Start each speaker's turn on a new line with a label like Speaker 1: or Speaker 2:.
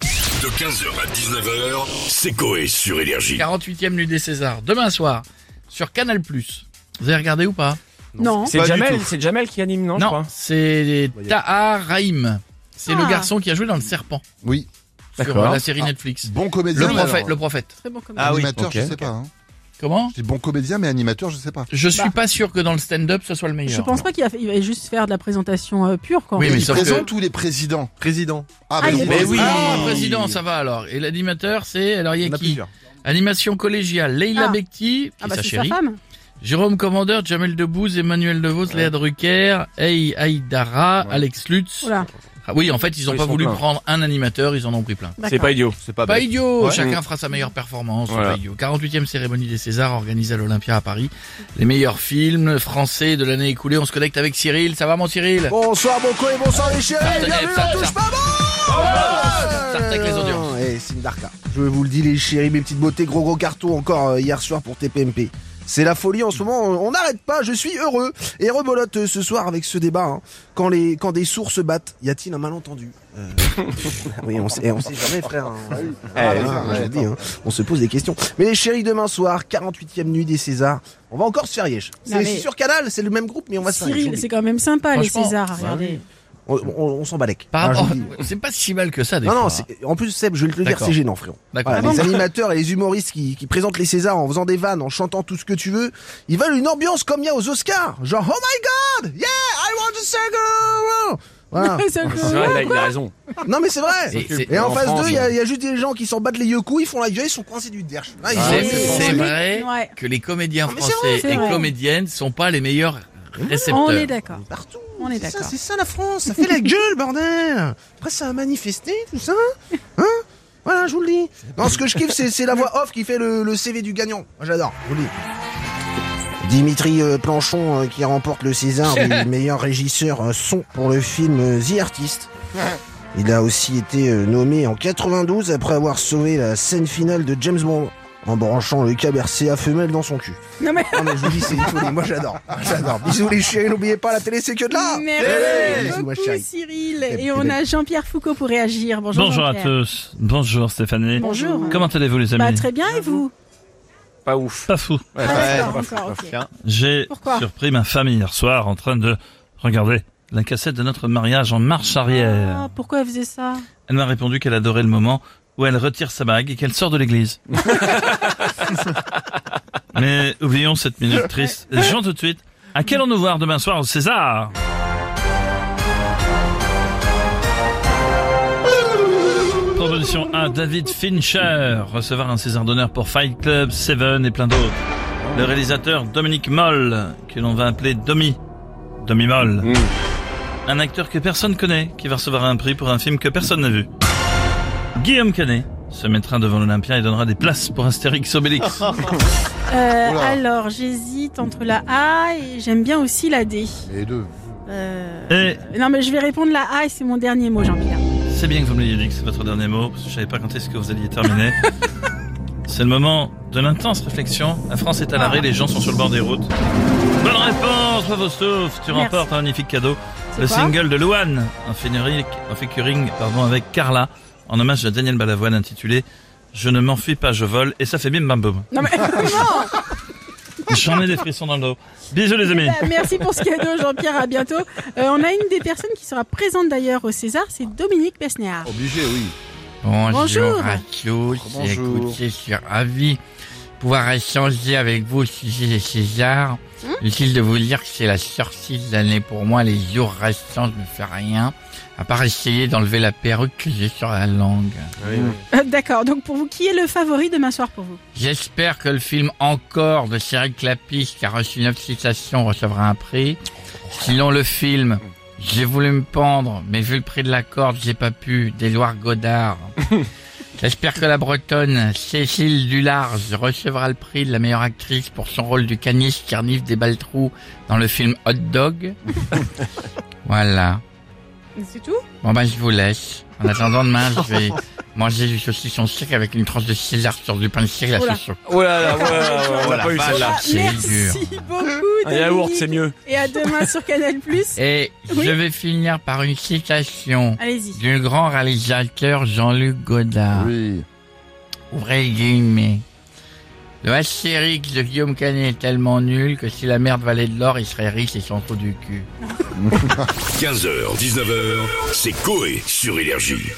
Speaker 1: De 15h à 19h, c'est Coé sur Énergie.
Speaker 2: 48e nuit des Césars, demain soir, sur Canal+. Vous avez regardé ou pas
Speaker 3: Non.
Speaker 4: C'est
Speaker 3: Pas du
Speaker 4: Jamel,
Speaker 3: tout.
Speaker 4: c'est Jamel qui anime, non, je crois.
Speaker 2: c'est Tahar Rahim. C'est le
Speaker 3: Ah.
Speaker 2: garçon qui a joué dans Le Serpent,
Speaker 5: Oui,
Speaker 2: sur
Speaker 4: D'accord.
Speaker 2: euh, la série Netflix.
Speaker 5: bon
Speaker 2: Le
Speaker 5: comédien. mais
Speaker 2: prophète,
Speaker 5: alors,
Speaker 2: le prophète.
Speaker 3: Très bon comme
Speaker 4: Ah oui,
Speaker 5: Animateur,
Speaker 4: ok,
Speaker 5: je sais
Speaker 4: ok.
Speaker 5: pas. hein.
Speaker 2: Comment
Speaker 5: Je dis bon comédien, mais animateur, je sais pas.
Speaker 2: Je suis
Speaker 3: Bah.
Speaker 2: pas sûr que dans le stand-up, ce soit le meilleur.
Speaker 3: Je pense pas qu'il va, il va juste faire de la présentation euh, pure, quoi.
Speaker 2: Oui, mais
Speaker 5: il
Speaker 2: sauf
Speaker 5: présente tous les présidents.
Speaker 4: Président.
Speaker 5: Ah,
Speaker 3: Ah, il est
Speaker 5: donc,
Speaker 3: Mais oui.
Speaker 2: Ah, président, ça va alors. Et l'animateur, c'est... Alors, il y a qui Animation collégiale, Leila
Speaker 3: Ah.
Speaker 2: Bekti,
Speaker 3: Ah
Speaker 2: et
Speaker 3: bah
Speaker 2: sa
Speaker 3: c'est sa
Speaker 2: chérie,
Speaker 3: femme.
Speaker 2: Jérôme Commandeur, Jamel Debbouze, Emmanuel Devos, Léa Drucker, Hey Aïdara,
Speaker 4: Ouais.
Speaker 2: Alex Lutz.
Speaker 3: Voilà.
Speaker 2: Ah oui, en fait, ils ont
Speaker 4: Ils
Speaker 2: pas
Speaker 4: sont
Speaker 2: voulu
Speaker 4: pleins.
Speaker 2: prendre un animateur, ils en ont pris plein.
Speaker 4: C'est
Speaker 3: d'accord.
Speaker 4: pas idiot. C'est
Speaker 6: Ah bah,
Speaker 2: Pas idiot,
Speaker 4: Ouais.
Speaker 2: chacun fera sa meilleure performance. c'est
Speaker 4: Voilà.
Speaker 2: pas idiot. 48e cérémonie des Césars organisée à l'Olympia à Paris. Les meilleurs films français de l'année écoulée. On se connecte avec Cyril. Ça va mon Cyril
Speaker 6: Bonsoir mon co et bonsoir les chéris,
Speaker 2: Sartec-
Speaker 6: bienvenue
Speaker 2: Sartec-
Speaker 6: à tous, maman
Speaker 2: Sartec les audiences.
Speaker 6: Eh, c'est une darka. Je vous le dis les chéris, mes petites beautés, gros gros carton encore euh, hier soir pour TPMP. C'est la folie en ce moment, on on n'arrête pas, je suis heureux et rebolote euh, ce soir avec ce débat. hein. Quand, les, quand des sourds se battent, y a-t-il un malentendu Euh, Oui, on sait, eh, on sait jamais frère. hein. Ah,
Speaker 2: Eh.
Speaker 6: ouais, je le dis, hein. On se pose des questions. Mais les chéris, demain soir, 48 e nuit des Césars, on va encore se faire riche.
Speaker 3: Non,
Speaker 6: C'est
Speaker 3: mais-
Speaker 6: sur Canal, c'est le même groupe mais on va se faire
Speaker 3: Cyril,
Speaker 6: riche,
Speaker 3: c'est quand même sympa, les
Speaker 2: Franchement,
Speaker 3: Césars, à regarder.
Speaker 6: on, on, on s'en balèque.
Speaker 2: Par
Speaker 6: Ah, je
Speaker 2: rapport,
Speaker 6: vous le dis.
Speaker 2: c'est pas si mal que ça. Des
Speaker 6: Non,
Speaker 2: fois. hein.
Speaker 6: non, c'est- en plus, Seb, je vais te le dire,
Speaker 2: D'accord.
Speaker 6: c'est gênant, frérot.
Speaker 2: D'accord.
Speaker 6: Voilà,
Speaker 2: Ah
Speaker 6: les animateurs et les humoristes qui, qui présentent les Césars en faisant des vannes, en chantant tout ce que tu veux, ils veulent une ambiance comme il y a aux Oscars. Genre, oh my god, yeah, I want to circle. Voilà.
Speaker 3: C'est cool.
Speaker 4: vrai, il a, il a raison.
Speaker 6: non, mais c'est vrai.
Speaker 2: Et hein. c'est-
Speaker 6: Et, en,
Speaker 4: en
Speaker 6: face
Speaker 4: France,
Speaker 6: d'eux, il y, a- il y a juste des gens qui s'en battent les yeux couilles, ils font la gueule, ils sont coincés du derche. Là, ils
Speaker 2: Ah,
Speaker 6: sont-
Speaker 2: c'est-
Speaker 6: ils sont-
Speaker 2: c'est
Speaker 3: Oui,
Speaker 2: vrai
Speaker 3: ouais.
Speaker 2: que les comédiens
Speaker 6: mais c'est
Speaker 2: français
Speaker 3: vrai, Ah, c'est
Speaker 2: et
Speaker 3: vrai.
Speaker 2: comédiennes sont pas les meilleurs récepteurs.
Speaker 3: On est d'accord.
Speaker 6: Partout.
Speaker 3: On est
Speaker 6: C'est ça,
Speaker 3: d'accord.
Speaker 6: C'est ça la France, ça fait la gueule, bordel. Après, ça a manifesté, tout ça. Hein Voilà, je vous le dis. Non, ce que je kiffe, c'est c'est la voix off qui fait le, le CV du gagnant. Moi, j'adore, je vous le dis. Dimitri euh, Planchon euh, qui remporte le César du meilleur régisseur euh, son pour le film euh, The Artist. Il a aussi été euh, nommé en 92 après avoir sauvé la scène finale de James Bond en branchant le câble RCA femelle dans son cul.
Speaker 3: Non, mais-
Speaker 6: non mais je vous dis c'est une folie, moi j'adore, j'adore. Bisous les chéris, n'oubliez pas la télé c'est que de là.
Speaker 3: Merci
Speaker 6: Bisous, ma
Speaker 3: beaucoup,
Speaker 6: chérie.
Speaker 3: Cyril.
Speaker 6: Eh,
Speaker 3: Et on
Speaker 6: eh,
Speaker 3: a Jean-Pierre Foucault pour réagir. Bonjour,
Speaker 7: Bonjour à
Speaker 3: Jean-Pierre.
Speaker 7: tous. Bonjour Stéphanie.
Speaker 3: Bonjour.
Speaker 7: Comment allez-vous les
Speaker 3: Bah,
Speaker 7: amis
Speaker 3: très bien, et vous
Speaker 4: Pas ouf.
Speaker 7: Pas fou.
Speaker 4: Ouais,
Speaker 3: Ah,
Speaker 4: ouais,
Speaker 3: d'accord,
Speaker 4: pas fou,
Speaker 3: encore,
Speaker 4: pas
Speaker 3: ok.
Speaker 4: fou. Tiens.
Speaker 7: J'ai
Speaker 3: Pourquoi
Speaker 7: surpris ma famille hier soir en train de regarder la cassette de notre mariage en marche arrière.
Speaker 3: Ah, Pourquoi elle faisait ça
Speaker 7: Elle m'a répondu qu'elle adorait le moment où elle retire sa bague et qu'elle sort de l'église. Mais oublions cette minute triste. Jean tout de suite. À quel nous voir demain soir au César Proposition 1, David Fincher, recevoir un César d'honneur pour Fight Club, Seven et plein d'autres. Le réalisateur Dominique Moll, que l'on va appeler Domi. Domi Moll.
Speaker 4: Mm.
Speaker 7: Un acteur que personne connaît, qui va recevoir un prix pour un film que personne n'a vu. Guillaume Canet se mettra devant l'Olympia et donnera des places pour Astérix Obélix.
Speaker 3: Euh,
Speaker 5: Oula.
Speaker 3: Alors, j'hésite entre la A et j'aime bien aussi la D.
Speaker 2: Ah.
Speaker 5: Les deux.
Speaker 3: Euh,
Speaker 7: Et
Speaker 3: Non, mais je vais répondre la A et c'est mon dernier mot, Jean-Pierre.
Speaker 7: Eh, c'est bien que vous me l'ayez dit que c'est votre dernier mot, parce que je savais pas quand est-ce que vous alliez terminer. c'est le moment de l'intense réflexion. La France est à l'arrêt, les gens sont sur le bord des routes. Bonne réponse, bravo Stouff,
Speaker 3: Merci.
Speaker 7: tu remportes un magnifique cadeau.
Speaker 3: C'est
Speaker 7: Le
Speaker 3: quoi
Speaker 7: single de Luan, un featuring, un featuring, pardon, avec Carla, en hommage à Daniel Balavoine intitulé Je ne m'enfuis pas, je vole, et ça fait bim bam boum.
Speaker 3: Non, mais non
Speaker 7: J'en ai des frissons dans le dos. Bisous les amis.
Speaker 3: Bah, Merci pour ce cadeau, Jean-Pierre. À bientôt. Euh, on a une des personnes qui sera présente d'ailleurs au César, c'est Dominique Besnéard.
Speaker 4: Oh,
Speaker 5: Obligé, oui.
Speaker 2: Bonjour
Speaker 3: Bonjour.
Speaker 2: à tous, et
Speaker 5: Bonjour.
Speaker 2: écoutez, je suis ravi de pouvoir échanger avec vous au sujet des Césars. Utile de vous dire que c'est la sortie de l'année pour moi, les jours restants, je ne fais rien, à part essayer d'enlever la perruque que j'ai sur la langue.
Speaker 3: Euh, D'accord. Donc pour vous, qui est le favori demain soir pour vous
Speaker 2: J'espère que le film Encore de Cyril Clapis, qui a reçu 9 citations, recevra un prix. Sinon, le film J'ai voulu me pendre, mais vu le prix de la corde, j'ai pas pu, d'Éloire Godard. J'espère que la bretonne Cécile Dularge recevra le prix de la meilleure actrice pour son rôle du canis qui renifle des baltrous dans le film Hot Dog. voilà.
Speaker 3: C'est tout
Speaker 2: Bon ben je vous laisse. En attendant demain, je vais manger du saucisson sec avec une tranche de César sur du pain sec à la
Speaker 3: Oula.
Speaker 2: sauce au
Speaker 4: Oh là là, ouais, ouais, ouais, on
Speaker 2: Oh
Speaker 4: l'a
Speaker 2: la
Speaker 4: pas eu
Speaker 2: vache.
Speaker 4: celle-là.
Speaker 2: C'est
Speaker 3: Merci beaucoup,
Speaker 4: Un yaourt,
Speaker 3: Dominique.
Speaker 4: c'est mieux.
Speaker 3: Et à demain sur Canal+.
Speaker 2: Et
Speaker 3: Oui.
Speaker 2: je vais finir par une citation
Speaker 3: Allez-y.
Speaker 2: du grand réalisateur Jean-Luc Godard.
Speaker 5: Oui.
Speaker 2: Ouvrez les guillemets. Le Astérix de Guillaume Canet est tellement nul que si la merde valait de l'or, il serait riche et sans trou du cul.
Speaker 1: 15h, 19h, c'est Coé sur Énergie.